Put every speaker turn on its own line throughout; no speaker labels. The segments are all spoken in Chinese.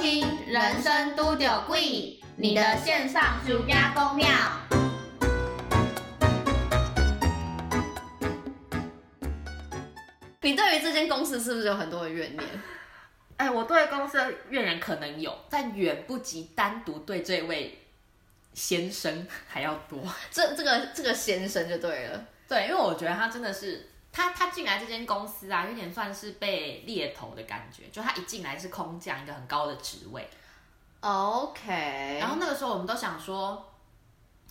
人生都有贵，你的线上暑假公庙。
你对于这间公司是不是有很多的怨念？
哎，我对公司的怨人可能有，但远不及单独对这位先生还要多。
这这个这个先生就对了，
对，因为我觉得他真的是他，他进来这间公司啊，有点算是被猎头的感觉。就他一进来是空降一个很高的职位，
OK，
然后那个时候我们都想说，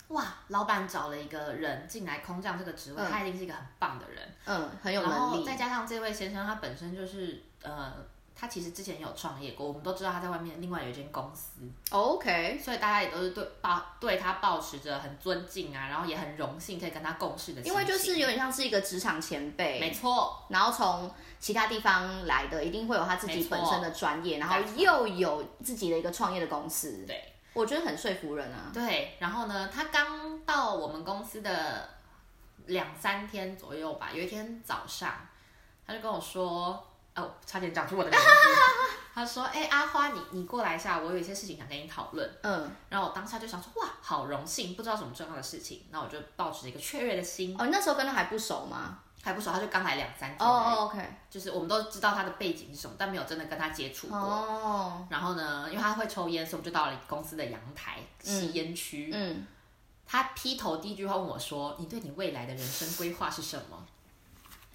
哇，老板找了一个人进来空降这个职位，
嗯
他一定是一个很棒的人。
嗯，很有
然
能
后
力
再，加上这位先生，他本身就是呃，他其实之前有创业过，我们都知道他在外面另外有一间公司，
OK，
所以大家也都是对抱对他保持着很尊敬啊，然后也很荣幸可以跟他共事的心情。
因为就是有点像是一个职场前
没
辈，
错，
然后从其他地方来的，一定会有他自己
没错
本身的专业，然后又有自己的一个创业的公司，
对，
我觉得很说服人啊。
对，然后呢，他刚到我们公司的两三天左右吧，有一天早上，他就跟我说，哦，差点讲出我的名字。 他说：“哎、阿花，你你过来一下，我有一些事情想跟你讨论。
嗯，”
然后我当下就想说：“哇，好荣幸，不知道什么重要的事情。”那我就抱持着一个雀跃的心，
哦，你那时候跟他还不熟吗？
还不熟，他就刚来两三
哦
天而已，
哦，OK，
就是我们都知道他的背景是什么，但没有真的跟他接触过。
哦，
然后呢，因为他会抽烟，所以我们就到了公司的阳台吸烟区。
嗯，
他劈头第一句话问我说：“你对你未来的人生规划是什么？”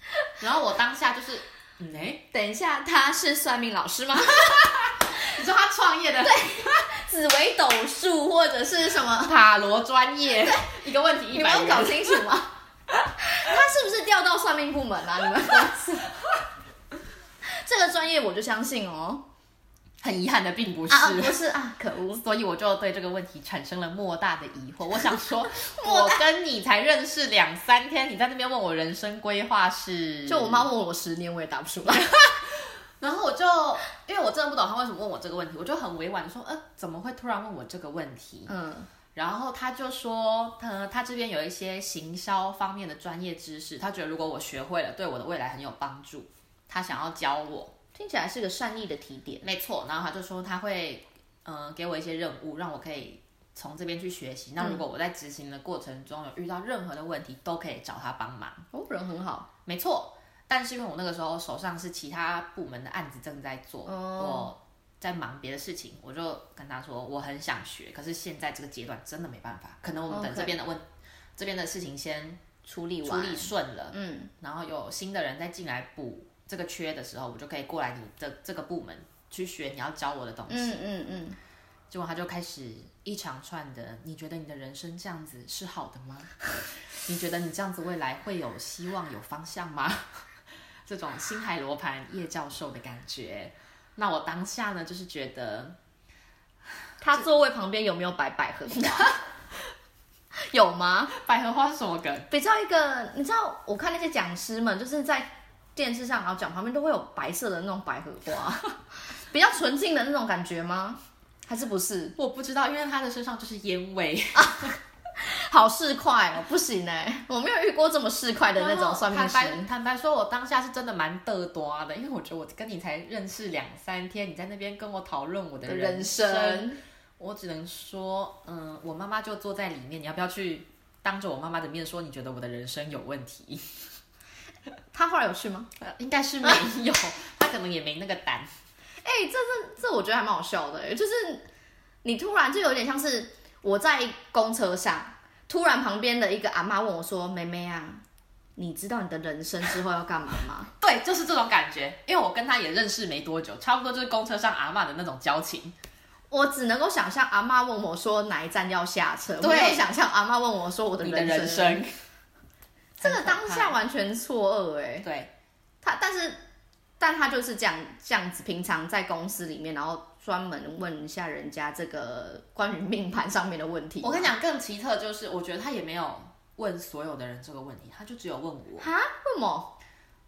然后我当下就是，嗯哎、
等一下，他是算命老师吗？
你说他创业的
紫微斗数或者是什么？
塔罗专业，一个问题
你
一
们
百
有搞
元，
清楚吗？ 他是不是调到算命部门啊？ 你们公司这个专业我就相信哦。
很遗憾的并不是。
啊，啊不是啊，可恶！
所以我就对这个问题产生了莫大的疑 惑。我想说，我跟你才认识两三天，你在那边问我人生规划是？
就我妈问我十年，我也答不出 来。
然后我就，因为我真的不懂他为什么问我这个问题，我就很委婉的说，呃，怎么会突然问我这个问题？
嗯，
然后他就说，呃，他这边有一些行销方面的专业知识，他觉得如果我学会了，对我的未来很有帮助。他想要教我，
听起来是个善意的提点。
没错。然后他就说他会，呃，给我一些任务，让我可以从这边去学习。那如果我在执行的过程中有遇到任何的问题，都可以找他帮忙。
哦，人很好。
没错，但是因为我那个时候手上是其他部门的案子正在做，
哦
我在忙别的事情，我就跟他说我很想学，可是现在这个阶段真的没办法，可能我们等
哦 OK
这边的问这边的事情先
处理
处
完，
理顺了，
嗯，
然后有新的人再进来补这个缺的时候，我就可以过来你这这个部门去学你要教我的东西。
嗯嗯嗯，
结果他就开始一长串的，你觉得你的人生这样子是好的吗？ 你觉得你这样子未来会有希望、有方向吗？ 这种星海罗盘叶教授的感觉。那我当下呢，就是觉得
他座位旁边有没有摆百合花？ 有吗？
百合花是什么梗？
比较一个，你知道，我看那些讲师们，就是在电视上，然后讲旁边都会有白色的那种百合花， 比较纯净的那种感觉吗？还是不是？
我不知道，因为他的身上就是烟味
好市侩哦，不行哎、我没有遇过这么市侩的 那种算命
坦白
师。
坦白说，我当下是真的蛮嘚多的，因为我觉得我跟你才认识两三天，你在那边跟我讨论我的
人
生
生，
我只能说，嗯，我妈妈就坐在里面，你要不要去当着我妈妈的面说你觉得我的人生有问题？
他后来有去吗？
呃应该是没有，她可能也没那个胆。
哎、这这这我觉得还蛮好笑的、欸，就是你突然就有点像是我在公车上，突然旁边的一个阿妈问我说：“妹妹啊，你知道你的人生之后要干嘛吗
对，就是这种感觉，因为我跟她也认识没多久，差不多就是公车上阿嬷的那种交情。？”
我只能够想象阿妈问我说哪一站要下车，我
对
没有想象阿妈问我说我的
你的人
人生。
生，
这个
很可怕
当下完全错愕哎、
对，
他但是但他就是这样这样子，平常在公司里面，然后专门问一下人家这个关于命盘上面的问题。
我跟你讲，更奇特就是，我觉得她也没有问所有的人这个问题，她就只有问我。
哈，为什么？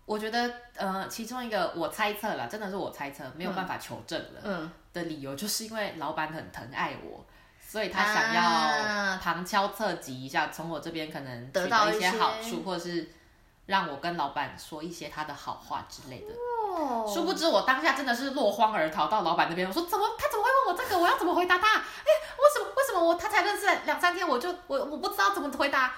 我觉得，呃，其中一个我猜测了，真的是我猜测，没有办法求证了。
嗯，
的理由，就是因为老板很疼爱我，所以他想
啊
要旁敲侧击一下，从我这边可能
得
取
到
得
一
一
些
些好处，或者是让我跟老板说一些他的好话之类的。
哦
殊不知我当下真的是落荒而逃到老板那边，我说怎么他怎么会问我这个？我要怎么回答他？哎、为什么为什么我他才认识两三天我就我我不知道怎么回答？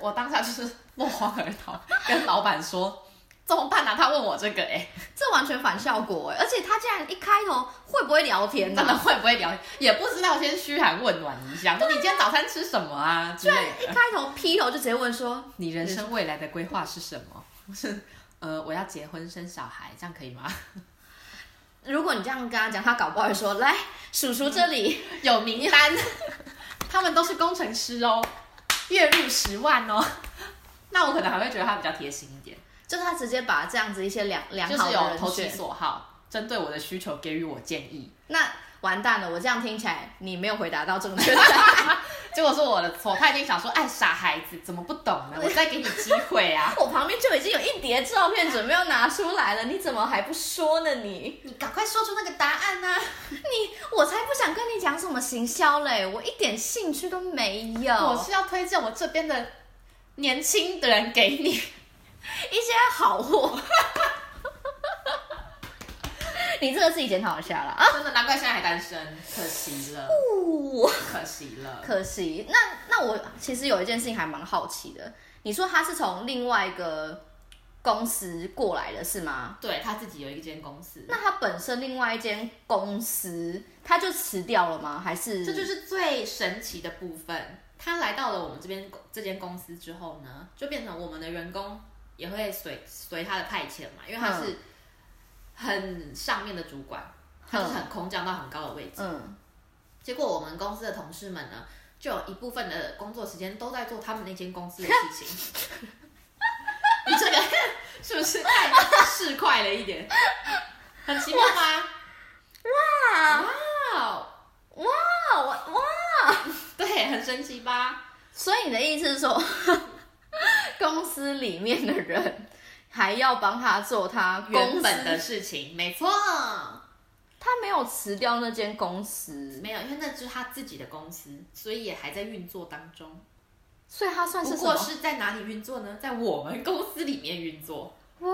我当下就是落荒而逃，跟老板说怎么办啊？他问我这个哎、
这完全反效果哎！而且他竟然一开头会不会聊天啊
真
呢、
的会不会聊，也不知道先嘘寒问暖一下，说你今天早餐吃什么啊之类
一
的。
开头劈头就直接问说
你人生未来的规划是什么？ 是呃，我要结婚生小孩，这样可以吗？
如果你这样跟他讲，他搞不好会说：“来，叔叔这里，
有名单， 他们都是工程师哦，月入十万哦。 那我可能还会觉得他比较贴心一点，
就是他直接把这样子一些良良
就
好
是
的
有
人
投其
选，
所好，针对我的需求给予我建议。
那完蛋了。我这样听起来，你没有回答到正确的答案。！
结果是我的 错，他一定想说，哎，傻孩子怎么不懂 呢？我再给你机会啊
我旁边就已经有一叠照片准备要拿出来了，你怎么还不说呢你？
你赶快说出那个答案啊！
我才不想跟你讲什么行销嘞，我一点兴趣都没有。
我是要推荐我这边的年轻的人给你，
一些好 货。你这个自己检讨一下啦啊！
真的难怪现在还单身，可惜 了，
哦
可惜了。
可惜，那那我其实有一件事情还蛮好奇的。你说他是从另外一个公司过来的是吗？
对他自己有一间公司，
那他本身另外一间公司，他就辞掉了吗？还是
这就是最神奇的部分。他来到了我们这边这间公司之后呢，就变成我们的员工也会随随他的派遣嘛，因为他是很上面的主管，他就是很空降到很高的位置。
嗯
结果我们公司的同事们呢，就有一部分的工作时间都在做他们那间公司的事情。你这个是不是太市侩了一点？很奇妙吗？
啊
哇哦，
哇我哇！
对，很神奇吧？
所以你的意思是说， 公司里面的人还要帮他做他公司
原本的，事情，没错，
他没有辞掉那间公司，
没有，因为那就是他自己的公司，所以也还在运作当中。
所以他算是
不
什
过
么？
是在哪里运作呢？在我们公司里面运作嗯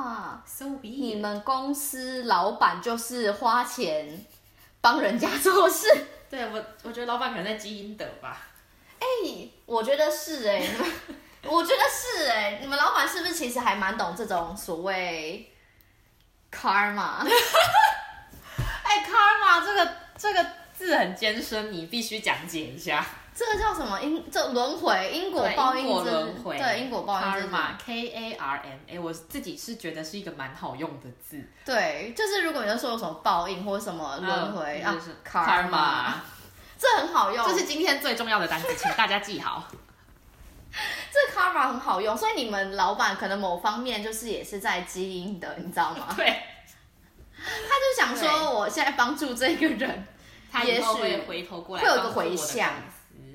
哇！
，so be
你
it。
们公司老板就是花钱帮人家做事？
对我，我觉得老板可能在积阴德吧。
哎、我觉得是哎、你们 我觉得是哎、你们老板是不是其实还蛮懂这种所谓 karma？
哎，karma 这个这个字很艰深，你必须讲解一下。
这个叫什么因？这轮回因果
对
报
因
应
果
之
轮回，
对因果报应之
karma K A R M，哎，我自己是觉得是一个蛮好用的字。
对，就是如果你要说有什么报应或什么轮回、
嗯
啊
就是
，karma，这很好用，
这是今天最重要的单词，请大家记 好。
这 karma 很好用，所以你们老板可能某方面就是也是在基因的，你知道吗？
对，
他就想
对
说，我现在帮助这个人，
他以后
也许
会回头过来，
会有一个回响。
嗯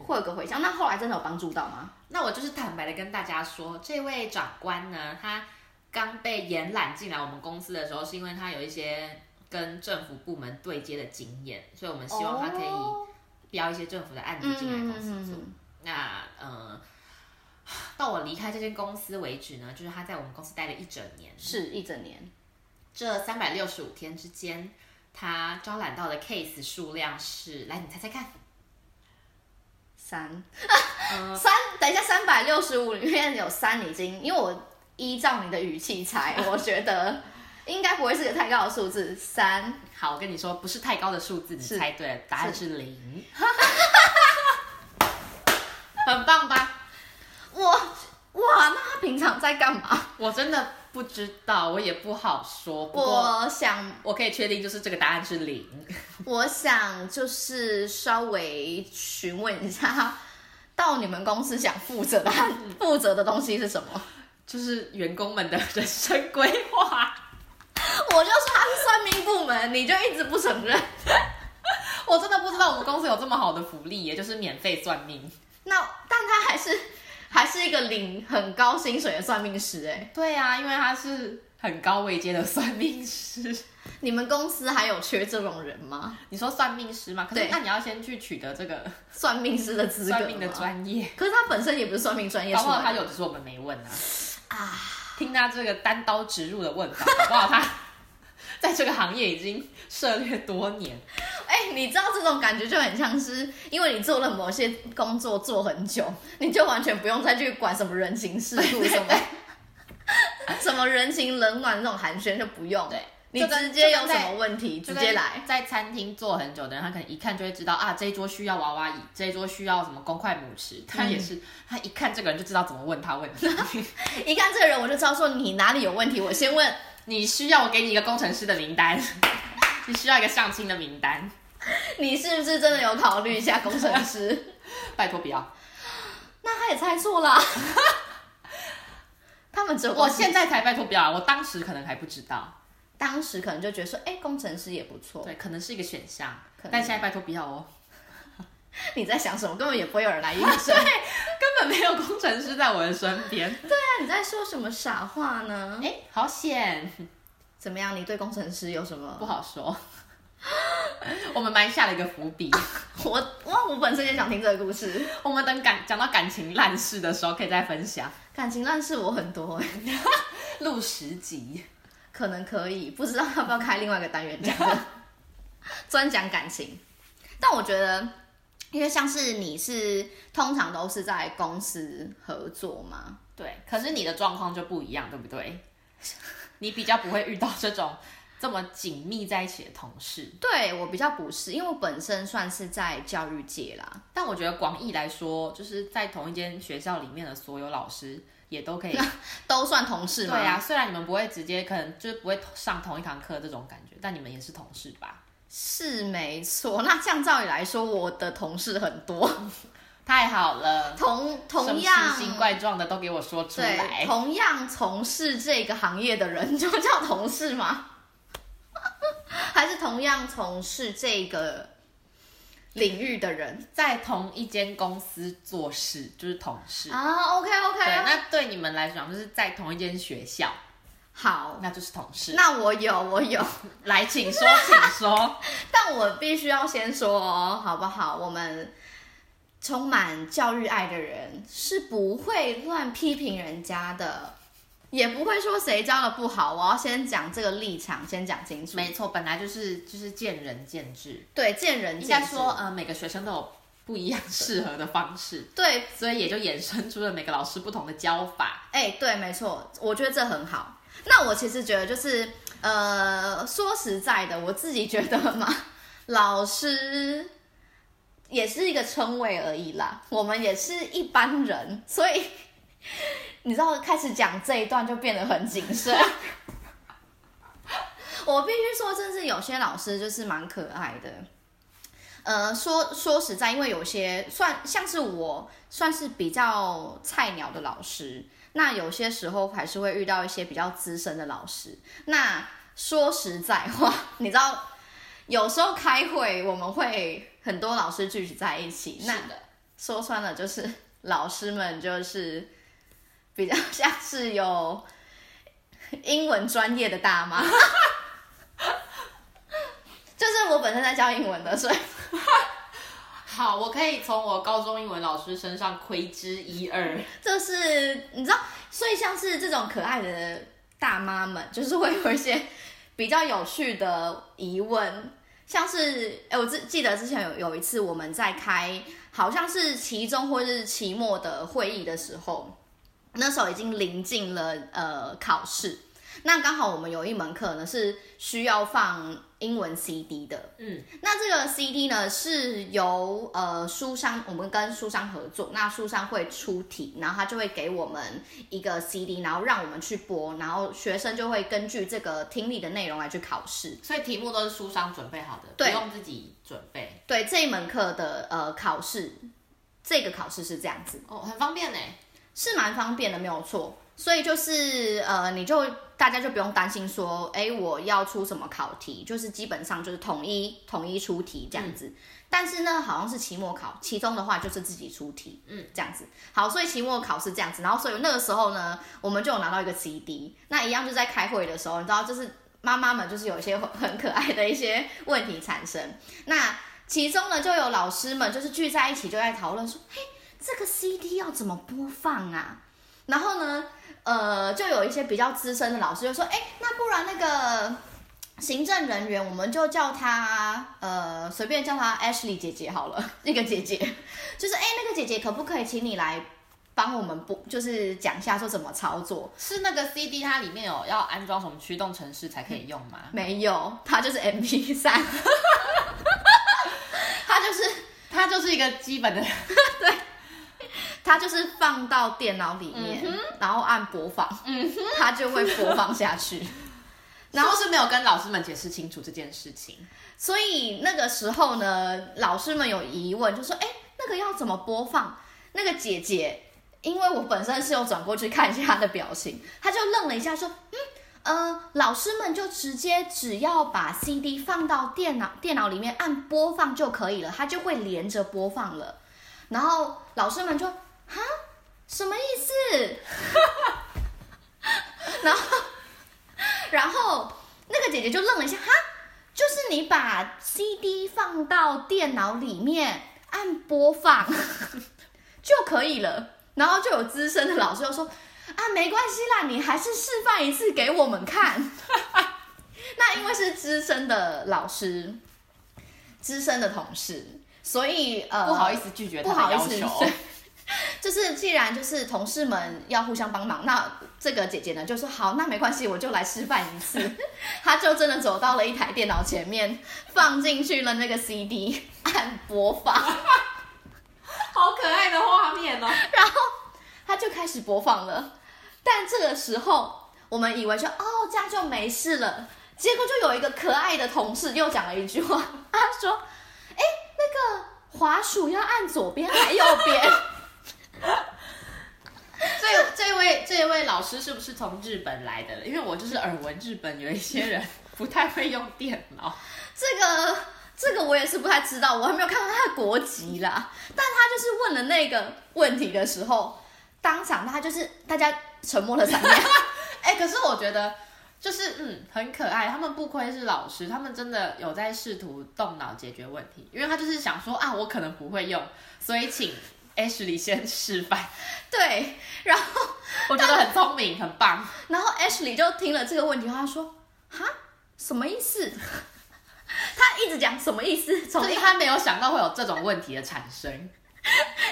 会有个回响。那后来真的有帮助到吗？
那我就是坦白的跟大家说，这位长官呢，他刚被延揽进来我们公司的时候，是因为他有一些跟政府部门对接的经验，所以我们嗯希望他可以
哦
标一些政府的案子
嗯
进来
嗯
公司做。
嗯
那呃，到我离开这间公司为止呢，就是他在我们公司待了一整年，
是一整年，
这三百六十五天之间，他招揽到的 case 数量是，来你猜猜看，
三
嗯
三，等一下，三百六十五里面有三已经，因为我依照你的语气 猜，我觉得应该不会是个太高的数字，三。
好，我跟你说，不是太高的数字，你
是
猜对了，答案是零， 很棒吧？
我哇，那他平常在干嘛？
我真的不知道，我也不好说，不过
我想，
我可以确定，就是这个答案是零。
我想就是稍微询问一下，到你们公司想负责 的负责的东西是什么？
就是员工们的人生规划，
我就说他是算命部门，你就一直不承认。
我真的不知道我们公司有这么好的福利耶，也就是免费算命。
那但他还是还是一个领很高薪水的算命师哎、
对啊，因为他是很高位阶的算命师。
你们公司还有缺这种人吗？
你说算命师嘛？可是
对
那你要先去取得这个
算命师的资格吗
算命的专业，
可是他本身也不是算命专业
搞
出
不好
来
他
的
有，只是我们没问啊。
啊，
听他这个单刀直入的问法，好不好？ 他在这个行业已经涉猎多年，
哎、你知道这种感觉就很像是，因为你做了某些工作做很久，你就完全不用再去管什么人情世 故什么，什么人情冷暖那种寒暄就不用。
对，
你
就跟
直接有什
就跟在
么问题直接来。
在餐厅坐很久的人，他可能一看就会知道啊，这一桌需要娃娃椅，这一桌需要什么公筷母匙。他也是，他一看这个人就知道怎么问他问题。
一看这个人，我就知道说你哪里有问题，我先问。
你需要我给你一个工程师的名单， 你需要一个相亲的名单，
你是不是真的有考虑一下工程师？
拜托不要。
那他也猜错了啊、 他们只有
我
工程
现在才拜托不要啊，我当时可能还不知道，
当时可能就觉得说，哎、工程师也不错。
对，可能是一个选项
可能，
但现在拜托不要哦，
你在想什么？根本也不会有人来应 征。
根本没有工程师在我的身 边。
那你在说什么傻话呢？
哎，好险，
怎么样？你对工程师有什么
不？好说。 我们埋下了一个伏笔。
我哇，我本身也想听这个故事。
我们等感讲到感情烂事的时候，可以再分享
感情烂事我很多哎、
录十集。
可能可以，不知道要不要开另外一个单元讲的， 专讲感情。但我觉得，因为像是你是通常都是在公司合作嘛，
对，可是你的状况就不一样，对不 对？你比较不会遇到这种这么紧密在一起的同事，
对我比较不是，因为我本身算是在教育界啦，
但我觉得广义来说，就是在同一间学校里面的所有老师也都可 以。
都算同事
对
嘛。
啊，虽然你们不会直接，可能就是不会上同一堂课这种感觉，但你们也是同事吧？
是没错。那这样照理来说，我的同事很多，
太好了，
同
什么
同样
奇形怪状的都给我说出
对，
来。
同样从事这个行业的人就叫同事吗？ 还是同样从事这个领域的人
在同一间公司做事就是同事，
啊？OK
对，
OK，
那对你们来讲就是在同一间学校，
好，
那就是同事。
那我有 我有，
来，请说，请说。
但我必须要先说哦，好不好？我们充满教育爱的人是不会乱批评人家的。也不会说谁教的不好，我要先讲这个立场，先讲清楚。
没错，本来就是就是见仁见智，
对，见仁
应
见
该
智。
说，呃，每个学生都有不一样适合的方式，
对，
所以也就衍生出了每个老师不同的教法。
哎、对，没错，我觉得这很好。那我其实觉得就是，呃，说实在的，我自己觉得嘛，老师也是一个称谓而已啦，我们也是一般人，所以你知道，开始讲这一段就变得很谨慎。我必须说，真是有些老师就是蛮可爱的。呃，说说实在，因为有些算像是我算是比较菜鸟的老师，那有些时候还是会遇到一些比较资深的老师。那说实在话，你知道，有时候开会我们会很多老师聚集在一起，那
的，
说穿了就是 老师们就是比较像是有 英文专业的大妈， 就是我本身在教英文的，所以
好，我可以从我高中英文老师身上窥之一二。
就是你知道，所以像是这种可爱的大妈们，就是会有一些比较有趣的疑问，像是哎、我记记得之前有有一次我们在开，好像是期中或是期末的会议的时候，那时候已经临近了呃考试，那刚好我们有一门课呢是需要放英文 CD 的，
嗯，
那这个 CD 呢，是由呃书商，我们跟书商合作，那书商会出题，然后他就会给我们一个 CD，然后让我们去播，然后学生就会根据这个听力的内容来去考试。
所以题目都是书上准备好的，不
对
用自己准备。
对这一门课的呃考试，这个考试是这样子，
哦，很方便呢。
是蛮方便的，没有错。所以就是呃，你就大家就不用担心说，哎、我要出什么考题，就是基本上就是统一统一出题这样子。但是呢，好像是期末考，其中的话就是自己出题，嗯，这样子。好，所以期末考是这样子。然后所以那个时候呢，我们就有拿到一个 CD，那一样就在开会的时候，你知道，就是妈妈们就是有一些很很可爱的一些问题产生。那其中呢，就有老师们就是聚在一起就在讨论说，嘿，这个 CD 要怎么播放啊？然后呢，呃，就有一些比较资深的老师就说，哎，那不然那个行政人员，我们就叫她呃，随便叫她 Ashley 姐姐好了，那个姐姐， 就是哎，那个姐姐可不可以请你来帮我们不，就是讲一下说怎么操作？
是那个 CD 它里面有要安装什么驱动程式才可以用吗？
没有，她就是 MP 三， 她就是
它就是一个基本的，
它就是放到电脑里面，然后按播放，它就会播放下去。
然后是没有跟老师们解释清楚这件事情。
所以那个时候呢，老师们有疑问，就说：“哎，那个要怎么播放？”那个姐姐，因为我本身是有转过去看一下她的表情，她就愣了一下，说：“嗯，呃，老师们就直接只要把 CD 放到电脑电脑里面按播放就可以了，它就会连着播放了。”然后老师们就：“哈，什么意思？” 然后，然后那个姐姐就愣了一下，哈。就是你把 CD 放到电脑里面按播放 就可以了。然后就有资深的老师就说：“啊，没关系啦，你还是示范一次给我们看。” 那因为是资深的老师，资深的同事，所以呃，
不好意思拒绝
不
他
好
的
意
要
思
求，
对就是既然就是同事们要互相帮忙，那这个姐姐呢就说好，那没关系，我就来示范一次。 她就真的走到了一台电脑前面，放进去了那个 CD，按播放，
好可爱的画面哦。
然后她就开始播放了。但这个时候，我们以为说哦这样就没事了，结果就有一个可爱的同事又讲了一句话，他说：“哎，那个滑鼠要按左边还右边？”
这这位这位老师是不是从日本来的？因为我就是耳闻日本有一些 人不太会用电脑，
这个这个我也是不太知道，我还没有看到他的国籍啦。但他就是问了那个问题的时候，当场他就是大家沉默了三秒。
哎、可是我觉得就是嗯很可爱，他们不愧是老师，他们真的有在试图动脑解决问题，因为他就是想说啊，我可能不会用，所以请 Ashley 先示范，
对，然后
我觉得很聪明，很棒。
然后 Ashley 就听了这个问题后，他说：“哈，什么意思？”他一直讲什么意思，从
就是
一
他没有想到会有这种问题的产生，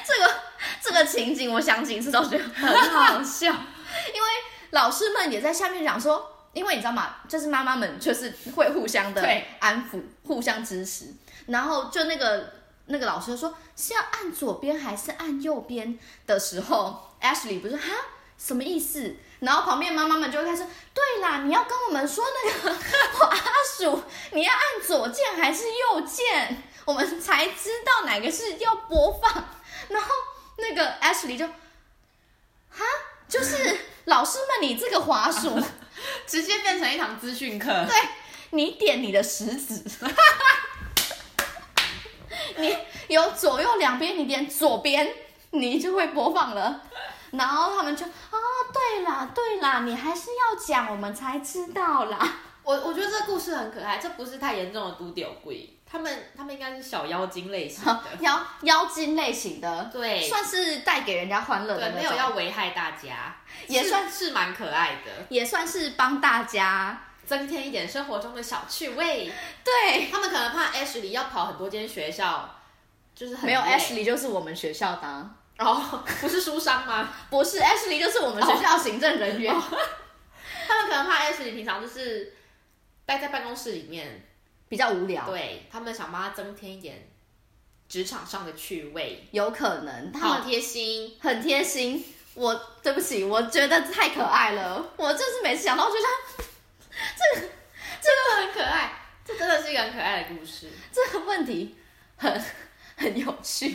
这个这个情景，我想几次都觉得很好笑，因为老师们也在下面讲说，因为你知道吗，就是妈妈们就是会互相的
对
安抚、互相支持，然后就那个那个老师就说是要按左边还是按右边的时候，Ashley 不是哈什么意思？然后旁边妈妈们就会开始，对啦，你要跟我们说那个 滑鼠，你要按左键还是右键，我们才知道哪个是要播放。然后那个 Ashley 就，哈，就是老师们，你这个滑鼠，
直接变成一堂资讯 课。
对你点你的食指， 你有左右两边，你点左边，你就会播放了。然后他们就啊、对啦，对啦，你还是要讲，我们才知道啦。
我我觉得这故事很可爱，这不是太严重的都丢鬼，他们他们应该是小妖精类型的，
妖妖精类型的，
对
哦算是带给人家欢乐的
对，
那
没
种
有要危害大家，
也
是
算
是蛮可爱的，
也算是帮大家
增添一点生活中的小趣味。
对。
他们可能怕 Ashley 要跑很多间学校，就是很
没有
累
Ashley 就是我们学校的啊、
哦，不是书商吗？
不是 Ashley 就是我们学校行政人员。
哦他们可能怕 Ashley 平常就是待在办公室里面，
比较无聊，
对他们想帮他增添一点职场上的趣味，
有可能他
好
们
贴心。
很贴心。我对不起，我觉得太可爱了，我就是每次想到我就像
这 很可爱，这真的是一个很可爱的故事。
这个问题很很有趣，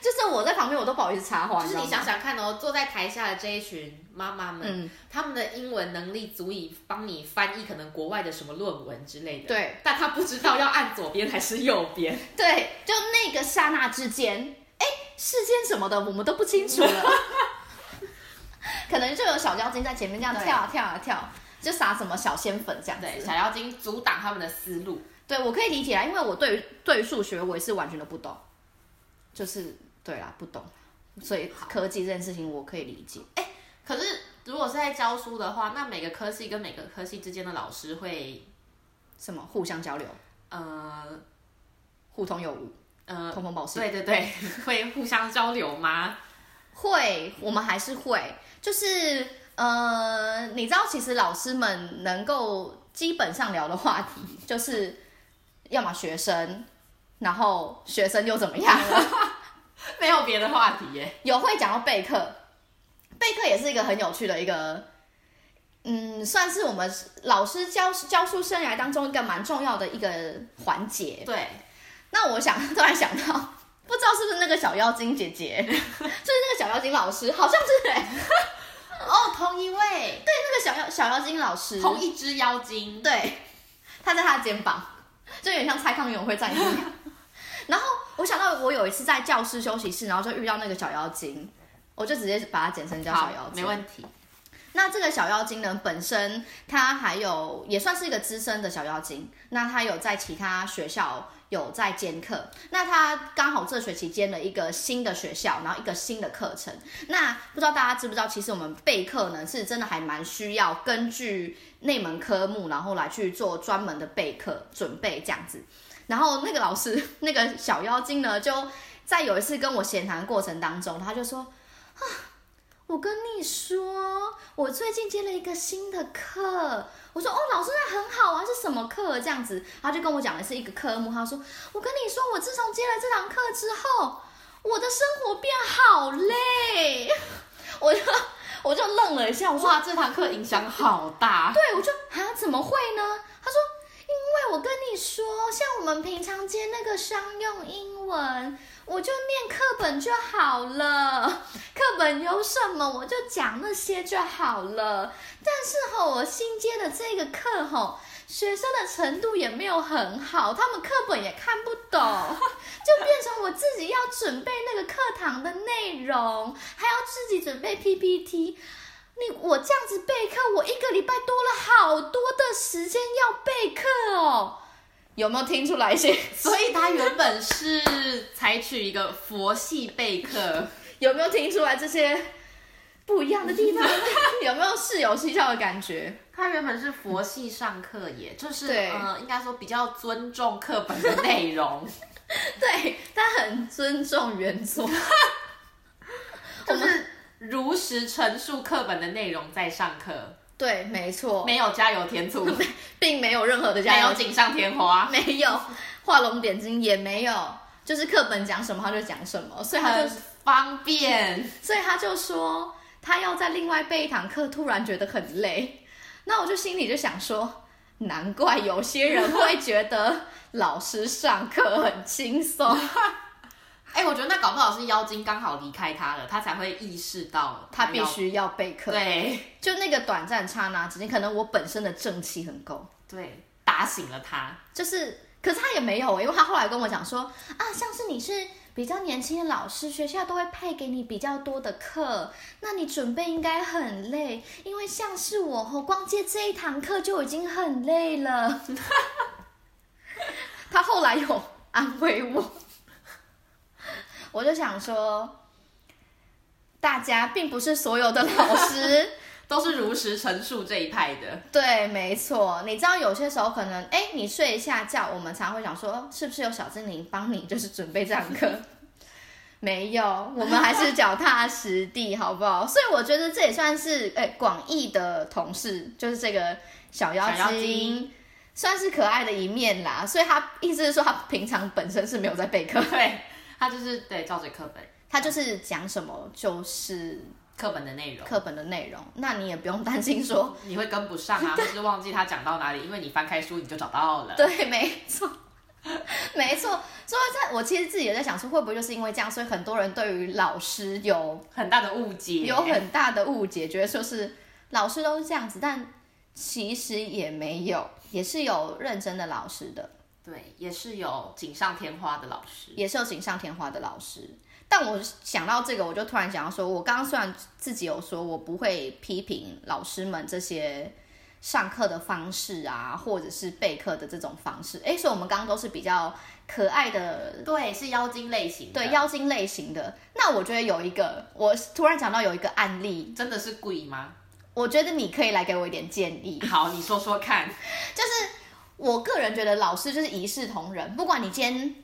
就是我在旁边我都不好意思插话，
就是你
知道
想
吗，
想看哦，坐在台下的这一群妈妈们，
嗯，
他们的英文能力足以帮你翻译可能国外的什么论文之类的。，
对
但他不知道要按左边还是右边。
对，就那个刹那之间，哎，事件什么的我们都不清楚了， 可能就有小妖精在前面这样
对
跳啊跳啊跳，就撒什么小仙粉这样子，
对，小妖精阻挡他们的思路。
对，我可以理解啊啦，因为我对于对于数学我也是完全都不懂，就是对啦，不懂，所以科技这件事情我可以理解。哎，
果是在教书的话，那每个科系跟每个科系之间的老师会
什么互相交流、
呃
互通有无、
呃，
通风报信。
对对 对，会互相交流吗？
会，我们还是会，就是呃，你知道，其实老师们能够基本上聊的话题，就是要么学生，然后学生又怎么样？
没有别的话题耶。
有会讲到备课，备课也是一个很有趣的一个，嗯，算是我们老师教教书生涯当中一个蛮重要的一个环节。
对，
那我想突然想到，不知道是不是那个小妖精姐姐，就是那个小妖精老师，好像是哎、
哦，同一位，
对，那个小妖小妖精老师，
同一只妖精。
对，他在他的肩膀，就有点像蔡康永会站一样。然后我想到我有一次在教室休息室，然后就遇到那个小妖精，我就直接把它简称叫
好
小妖，精。
没问题。
那这个小妖精呢，本身它还有也算是一个资深的小妖精，那它有在其他学校有在兼课，那它刚好这学期兼了一个新的学校，然后一个新的课程。那不知道大家知不知道，其实我们备课呢是真的还蛮需要根据那门科目，然后来去做专门的备课准备这样子。然后那个老师， 那个小妖精呢，就在有一次跟我闲谈过程当中，他就说。啊我跟你说，我最近接了一个新的课。我说哦，老师那很好啊，是什么课？这样子，他就跟我讲的是一个科目。他说，我跟你说，我自从接了这堂课之后，我的生活变好累。我就我就愣了一下，我说，
哇，这堂课影响好大。
对，我就啊，怎么会呢？他说，因为我跟你说，像我们平常接那个商用英文，我就念课本就好了， 课本有什么我就讲那些就好了。但是吼，我新接的这个课吼。学生的程度也没有很好，他们课本也看不懂， 就变成我自己要准备那个课堂的内容，还要自己准备 PPT，你我这样子备课，我一个礼拜多了好多的时间要备课哦。有没有听出来一些？
所以他原本是采取一个佛系备课，
有没有听出来这些不一样的地方？ 有没有室友嬉笑的感觉？
他原本是佛系上课耶，就是
对
呃，应该说比较尊重课本的内 容，
对他很尊重原 作，
就
我
是如实陈述课本的内容在上课，
对，没错，
没有加油添 醋，没
并没有任何的加油
有锦上添花，
没有画龙点睛，也没有，就是课本讲什么他就讲什么，所以他就
很方便。
所以他就说他要在另外备一堂课，突然觉得很累。那我就心里就想说，难怪有些人会觉得老师上课很轻松，
哎、我觉得那搞不好是妖精刚好离开他了，他才会意识到
他必
要
须要备课。，
对
就那个短暂刹那之间，可能我本身的正气很够，
对打醒了他。
就是，可是他也没有，欸因为他后来跟我讲说，啊，像是你是比较年轻的老师，学校都会配给你比较多的课，那你准备应该很累，因为像是我吼，光接这一堂课就已经很累了。 他后来有安慰我，我就想说，大家并不是所有的老师。
都是如实陈述这一派的，
对，没错。你知道有些时候可能，哎，你睡一下觉，我们常会想说，是不是有小精灵帮你就是准备这堂课？没有，我们还是脚踏实地，好不好？所以我觉得这也算是哎广义的同事，就是这个小妖精，
小妖精
算是可爱的一面啦。所以他意思是说，他平常本身是没有在备课，
对他就是对照着课本
他就是讲什么就是
课本的内容，
课本的内容，那你也不用担心说
你会跟不上 啊，或是忘记他讲到哪里，因为你翻开书你就找到了。
对，没错，没错。所以在我其实自己也在想说，会不会就是因为这样，所以很多人对于老师有
很大的误解，
有很大的误解，觉得说是老师都是这样子，但其实也没有，也是有认真的老师的，
对，也是有锦上添花的老师，
也是有锦上添花的老师。但我想到这个，我就突然想要说，我刚刚虽然自己有说我不会批评老师们这些上课的方式啊，或者是备课的这种方式，诶，所以我们刚刚都是比较可爱的
对，啊是妖精类型的，
对妖精类型的。那我觉得有一个，我突然想到有一个案例，
真的是鬼吗？
我觉得你可以来给我一点建议。
好，你说说看。
我个人觉得老师就是一视同仁，不管你今天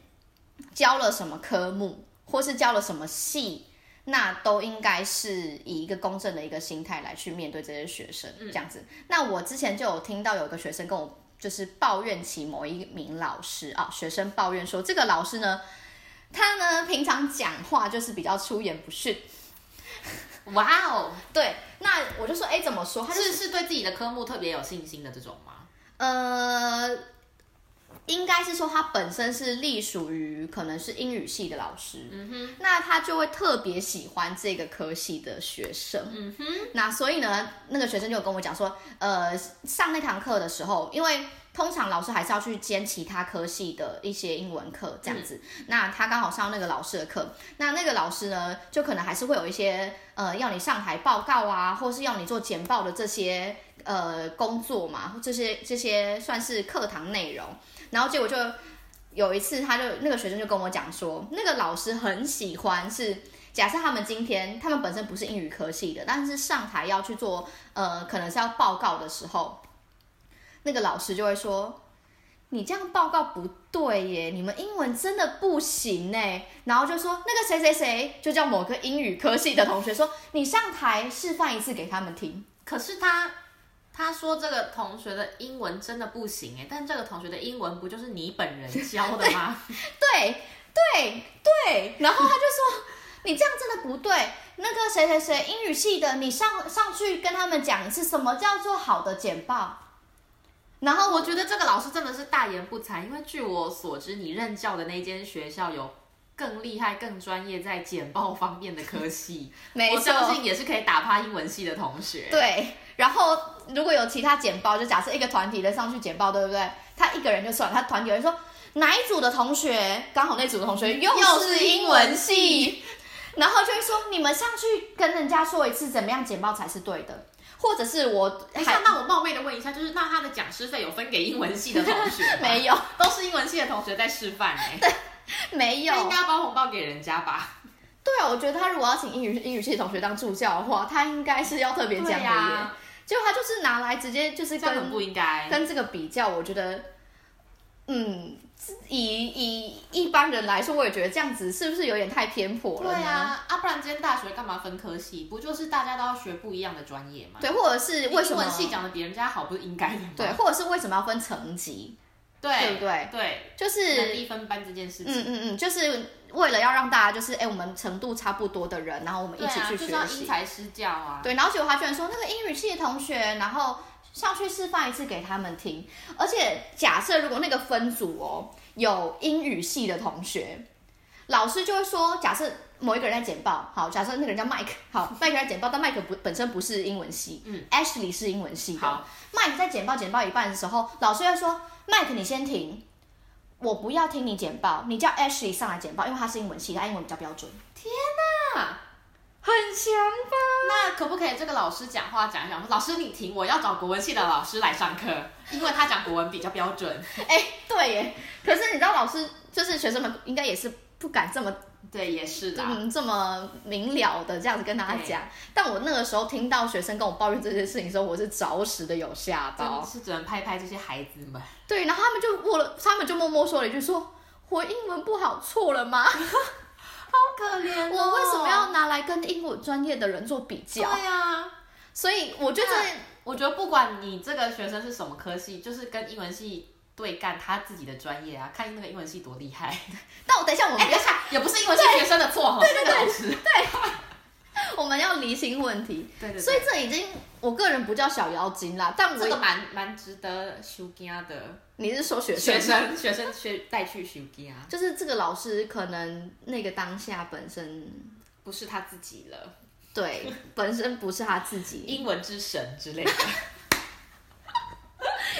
教了什么科目，或是教了什么系，那都应该是以一个公正的一个心态来去面对这些学生，这样子。那我之前就有听到有一个学生跟我就是抱怨起某一名老师啊，学生抱怨说这个老师呢，他呢平常讲话就是比较出言不逊。
哇哦，
对，那我就说，哎，怎么说？他就是
是对自己的科目特别有信心的这种吗？
呃，应该是说他本身是隶属于可能是英语系的老师，嗯哼，那他就会特别喜欢这个科系的学生，嗯哼，那所以呢，那个学生就有跟我讲说，呃，上那堂课的时候，因为。通常老师还是要去兼其他科系的一些英文课这样子，那他刚好上那个老师的课，那那个老师呢，就可能还是会有一些呃要你上台报告啊，或是要你做简报的这些呃工作嘛，这些这些算是课堂内容。然后结果就有一次，他就那个学生就跟我讲说，那个老师很喜欢是。假设他们今天他们本身不是英语科系的，但是上台要去做呃可能是要报告的时候，那个老师就会说。你这样报告不对耶，你们英文真的不行呢。然后就说那个谁谁谁，就叫某个英语科系的同学说，你上台示范一次给他们听。
可是他他说这个同学的英文真的不行哎、但这个同学的英文不就是你本人教的吗？
对对对，然后他就说你这样真的不对。那个谁谁谁英语系的，你上上去跟他们讲一次什么叫做好的简报。然后
我
我
觉得这个老师真的是大言不惭，因为据我所知，你任教的那间学校有更厉害、更专业在简报方面的科系，
没
我
错，
相信也是可以打趴英文系的同学。
对，然后如果有其他简报，就假设一个团体的上去简报，对不对？他一个人就算了，他团体人说哪一组的同学，刚好那组的同学又
又是
是英
英
文
文
系，然后就会说你们上去跟人家说一次怎么样简报才是对的，或者是我
哎，
还
那那我冒昧的问一下，就是那他的讲师费有分给英文系的同 学吗？
没有
都是英文系的同学在示范哎、
没有
那应该要包红包给人家吧？
对啊，我觉得他如果要请英语英语系同学当助教的话，他应该是要特别讲的耶，
呀、
结果他就是拿来直接就是
这样
啊跟
很不应该。
跟这个比较，我觉得，嗯，以以一般人来说，我也觉得这样子是不是有点太偏颇了
对
呢？
啊，啊，不然今天大学干嘛分科系？不就是大家都要学不一样的专业吗？
对，或者是为什
英
么
文系讲的比人家好，不是应该的吗？
对，或者是为什么要分层级，对
对
不对？
对，
就是
能力分班这件事
嗯
情，
嗯嗯，就是为了要让大家就是哎、我们程度差不多的人，然后我们一
对
起
啊，
去
就是要
学
因
习。
材施教啊。
对，然后结果他居然说那个英语系的同学，然后上去示范一次给他们听。而且假设如果那个分组哦有英语系的同学，老师就会说，假设某一个人在简报，好，假设那个人叫 Mike，好，Mike 在简报，但 Mike 不本身不是英文系，
嗯
，Ashley 是英文系的
好
，Mike 在简报简报一半的时候，老师会说 Mike 你先停。我不要听你简报，你叫 Ashley 上来简报，因为他是英文系，他英文比较标准，
那
很强吧？
那可不可以这个老师讲话讲一讲？说老师你停，我要找国文系的老师来上课，因为他讲国文比较标准。
哎、对耶。可是你知道，老师就是学生们应该也是不敢这么
对，啊也是啦。
嗯这么明了的这样子跟大家讲。但我那个时候听到学生跟我抱怨这件事情的时候，我是着实的有吓
真的
到。
是只能拍拍这些孩子们，
对，然后他们就握了，他们就默默说了一句说。我英文不好，错了吗？
好可怜、
我为什么要拿来跟英文专业的人做比较？
对啊，
所以我觉得
那我觉得不管你这个学生是什么科系，就是跟英文系对干他自己的专业啊，看那个英文系多厉害。
但我等一下我们
哎，
要
等一下，也不是英文系学生的错哈，对对对，老师，
我们要厘清问题，
对对对
所以这已经我个人不叫小妖精啦，但我
这个蛮蛮值得修家的
你是说学生
学
吗
生 学生学带去啊修家，
就是这个老师可能那个当下本身
不是他自己了，
对 本身不是他自己
英文之神之 类的。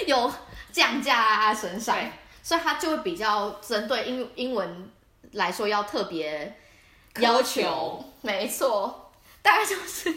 有降价在他身上
对，
所以他就会比较针对英英文来说要特别
苛
要
求
求，没错，大概就是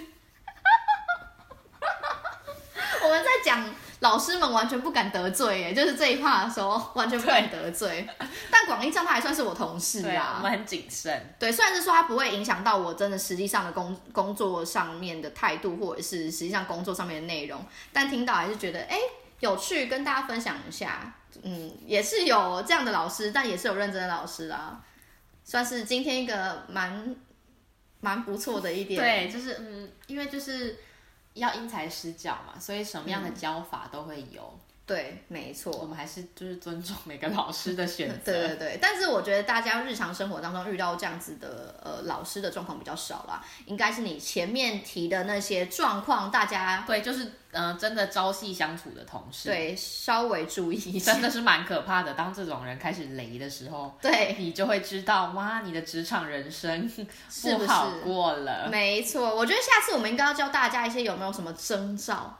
我们在讲老师们完全不敢得罪耶，就是这一趴的时候完全不敢得罪。但广义上他还算是我同事
对啊，我
啊，
们很谨慎。
对，虽然是说它不会影响到我真的实际上的工工作上面的态度，或者是实际上工作上面的内容，但听到还是觉得哎、诶有趣，跟大家分享一下。嗯，也是有这样的老师，但也是有认真的老师啦，算是今天一个蛮蛮不错的一点。
对，就是嗯，因为就是要因材施教嘛，所以什么样的教法都会有。
对，没错。
我们还是就是尊重每个老师的选 择。
对对对，但是我觉得大家日常生活当中遇到这样子的呃老师的状况比较少啦，应该是你前面提的那些状况，大家
对，就是嗯、呃真的朝夕相处的同事，，
对稍微注意一下。
真的是蛮可怕的。当这种人开始雷的时候，
对，
你就会知道，哇，你的职场人生
是不
不
是
好过了。
没错，我觉得下次我们应该要教大家一些有没有什么征兆，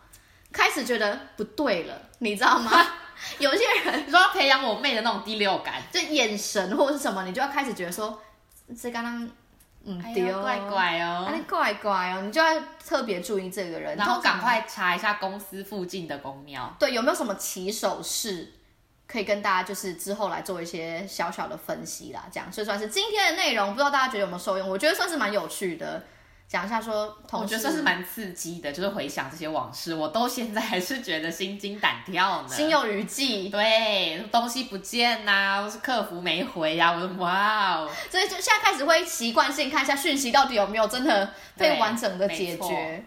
开始觉得不对了，你知道吗？ 有些人
你说要培养我妹的那种第六感，
就眼神或者是什么，你就要开始觉得说这刚刚嗯
哎
丢、
呦，怪怪哦。
啊，你怪怪哦，你就要特别注意这个人，
然后
通常
赶快查一下公司附近的公庙。
对，有没有什么起手式可以跟大家就是之后来做一些小小的分析啦？这样，所以算是今天的内容，不知道大家觉得有没有受用？我觉得算是蛮有趣的，讲一下说同
我觉
事
得哦算是蛮刺激的，就是回想这些往事，我都现在还是觉得心惊胆跳呢。
心有余悸，
对，东西不见呐、或是客服没回啊呀、我说哇哦，
所以就现在开始会习惯性看一下讯息到底有没有真的被
对
完整的
没
解
错
决。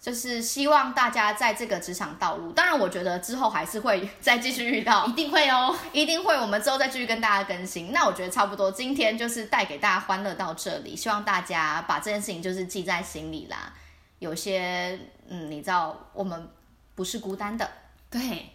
就是希望大家在这个职场道路，当然我觉得之后还是会再继续遇到
一，定会哦。
一定会，我们之后再继续跟大家更新。那我觉得差不多，今天就是带给大家欢乐到这里，希望大家把这件事情就是记在心里啦。有些，嗯，你知道，我们不是孤单的，
对，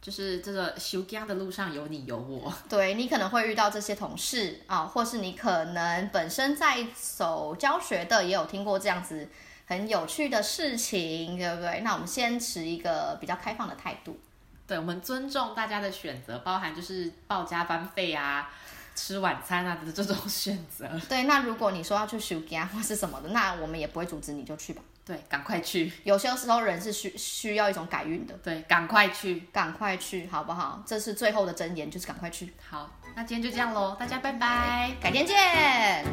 就是这个修家的路上有你有我，
对你可能会遇到这些同事啊，或是你可能本身在走教学的，也有听过这样子很有趣的事情，对不对？那我们先持一个比较开放的态度。
对我们尊重大家的选择，包含就是报加班费啊、吃晚餐啊的这种选择。
对，那如果你说要去休假或是什么的，那我们也不会阻止你，就去吧。
对，赶快去，
有些时候人是需需要一种改运的，
对，赶快去。
赶快去好不好？这是最后的箴言，就是赶快去，
好，那今天就这样喽，大家拜拜。
改天见。